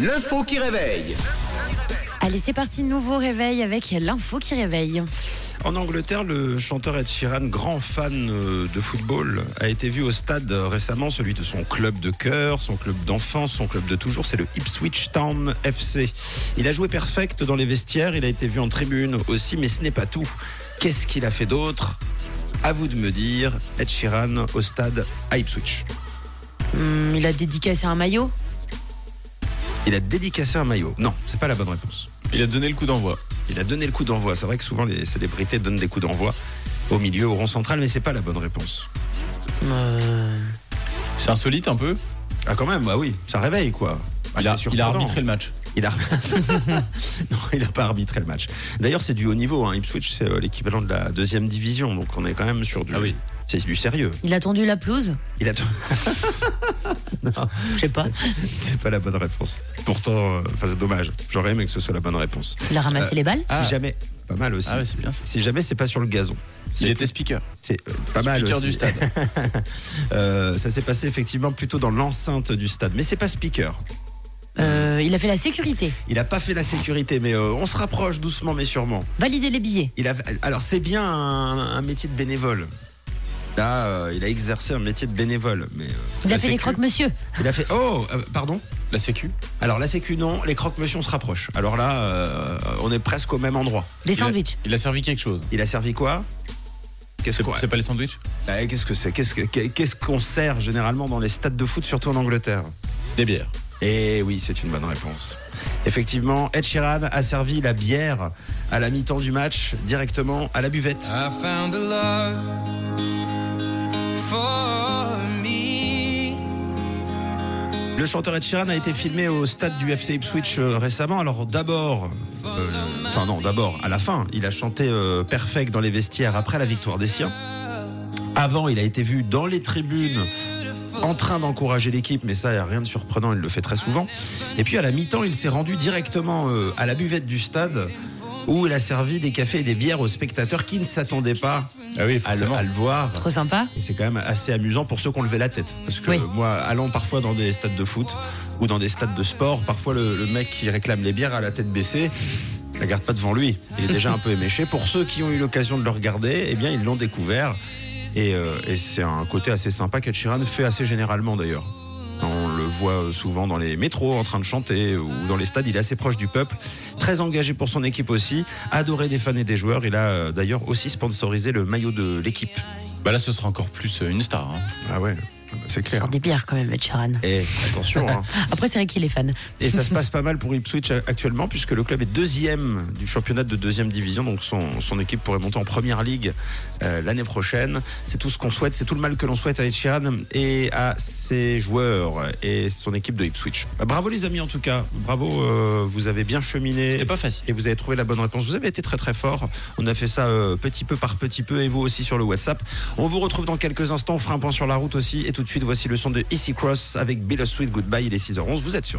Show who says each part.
Speaker 1: L'info qui réveille.
Speaker 2: Allez, c'est parti, nouveau réveil avec l'info qui réveille.
Speaker 3: En Angleterre, le chanteur Ed Sheeran, grand fan euh, de football, a été vu au stade euh, récemment, celui de son club de cœur, son club d'enfance, son club de toujours, c'est le Ipswich Town FC. Il a joué perfect dans les vestiaires, il a été vu en tribune aussi, mais ce n'est pas tout. Qu'est-ce qu'il a fait d'autre À vous de me dire, Ed Sheeran au stade à Ipswich.
Speaker 2: Hum, il a dédicacé un maillot.
Speaker 3: Il a dédicacé un maillot. Non, c'est pas la bonne réponse.
Speaker 4: Il a donné le coup d'envoi.
Speaker 3: Il a donné le coup d'envoi. C'est vrai que souvent les célébrités donnent des coups d'envoi au milieu, au rond central, mais c'est pas la bonne réponse.
Speaker 2: Euh,
Speaker 4: C'est insolite un peu.
Speaker 3: Ah quand même, bah oui, ça réveille quoi. Ah,
Speaker 4: il, a,
Speaker 3: c'est
Speaker 4: il a
Speaker 3: surprenant. Ah,
Speaker 4: arbitré le match.
Speaker 3: Il a... non, il n'a pas arbitré le match. D'ailleurs, c'est du haut niveau. Hein. Ipswich, c'est euh, l'équivalent de la deuxième division, donc on est quand même sur du.
Speaker 4: Ah oui.
Speaker 3: C'est du sérieux.
Speaker 2: il a tendu la pelouse.
Speaker 3: Il a.
Speaker 2: Je sais pas.
Speaker 3: c'est pas la bonne réponse. Pourtant, euh, enfin, c'est dommage. J'aurais aimé que ce soit la bonne réponse.
Speaker 2: Il a ramassé les balles.
Speaker 4: Ah.
Speaker 3: Si jamais, pas mal aussi.
Speaker 4: Ah ouais, c'est bien ça.
Speaker 3: Si jamais, c'est pas sur le gazon.
Speaker 4: Il
Speaker 3: C'est
Speaker 4: était speaker.
Speaker 3: c'est, euh, pas mal.
Speaker 4: speaker
Speaker 3: aussi.
Speaker 4: du stade.
Speaker 3: Euh, ça s'est passé effectivement plutôt dans l'enceinte du stade, mais c'est pas speaker.
Speaker 2: Euh, il a fait la sécurité.
Speaker 3: Il a pas fait la sécurité, mais euh, on se rapproche doucement mais sûrement.
Speaker 2: Valider les billets.
Speaker 3: Il a, alors c'est bien un, un métier de bénévole. Là, euh, il a exercé un métier de bénévole, mais euh,
Speaker 2: Il
Speaker 4: La
Speaker 2: a fait les
Speaker 4: sécu.
Speaker 2: croque-monsieur.
Speaker 3: il a fait. Oh, euh, pardon.
Speaker 4: La sécu.
Speaker 3: Alors la sécu non, les croque-monsieur on se rapproche. Alors là, euh, on est presque au même endroit.
Speaker 2: Les
Speaker 4: Il a-
Speaker 2: sandwichs.
Speaker 4: Il a servi quelque chose.
Speaker 3: Il a servi quoi Qu'est-ce
Speaker 4: C'est
Speaker 3: qu'on
Speaker 4: c'est pas les sandwichs
Speaker 3: Bah, Qu'est-ce que c'est Qu'est-ce que- qu'est-ce qu'on sert généralement dans les stades de foot, surtout en Angleterre
Speaker 4: Des bières.
Speaker 3: Eh oui, c'est une bonne réponse. Effectivement, Ed Sheeran a servi la bière à la mi-temps du match directement à la buvette.
Speaker 5: I found a love for me.
Speaker 3: Le chanteur Ed Sheeran a été filmé au stade du FC Ipswich euh, récemment. Alors d'abord, euh, enfin non, d'abord, à la fin, il a chanté euh, Perfect dans les vestiaires après la victoire des siens. Avant, il a été vu dans les tribunes en train d'encourager l'équipe, mais ça, il n'y a rien de surprenant, il le fait très souvent. Et puis à la mi-temps, il s'est rendu directement euh, à la buvette du stade où il a servi des cafés et des bières aux spectateurs qui ne s'attendaient pas
Speaker 4: Ah oui,
Speaker 3: à le,
Speaker 4: forcément.
Speaker 3: à le voir.
Speaker 2: Trop sympa.
Speaker 3: Et c'est quand même assez amusant pour ceux qui ont levé la tête. Parce que
Speaker 2: Oui.
Speaker 3: euh, moi, allant parfois dans des stades de foot ou dans des stades de sport, parfois le, le mec qui réclame les bières a la tête baissée. Je la garde pas devant lui. Il est déjà un peu éméché. Pour ceux qui ont eu l'occasion de le regarder, eh bien, ils l'ont découvert. Et, euh, et c'est un côté assez sympa qu'Ed Sheeran fait assez généralement d'ailleurs. On le voit souvent dans les métros en train de chanter ou dans les stades. Il est assez proche du peuple, très engagé pour son équipe aussi, adoré des fans et des joueurs. Il a euh, d'ailleurs aussi sponsorisé le maillot de l'équipe.
Speaker 4: Bah là, ce sera encore plus euh, une star. hein.
Speaker 3: Ah ouais, c'est
Speaker 2: Sur
Speaker 3: clair.
Speaker 2: des bières quand même, Ed Sheeran.
Speaker 3: Et attention, hein.
Speaker 2: Après, c'est vrai qu'il est fan.
Speaker 3: et ça se passe pas mal pour Ipswich actuellement, puisque le club est deuxième du championnat de deuxième division, donc son, son équipe pourrait monter en première ligue euh, l'année prochaine. C'est tout ce qu'on souhaite, c'est tout le mal que l'on souhaite à Ed Sheeran et à ses joueurs et son équipe de Ipswich. Bah, Bravo les amis en tout cas, bravo, euh, vous avez bien cheminé.
Speaker 4: C'était pas facile.
Speaker 3: Et vous avez trouvé la bonne réponse. Vous avez été très très fort. On a fait ça euh, petit peu par petit peu et vous aussi sur le WhatsApp. On vous retrouve dans quelques instants. On fera un point sur la route aussi. Et tout de suite, voici le son de Issy Cross avec Bill Sweet Goodbye. Il est 6h11. Vous êtes sur Rouge.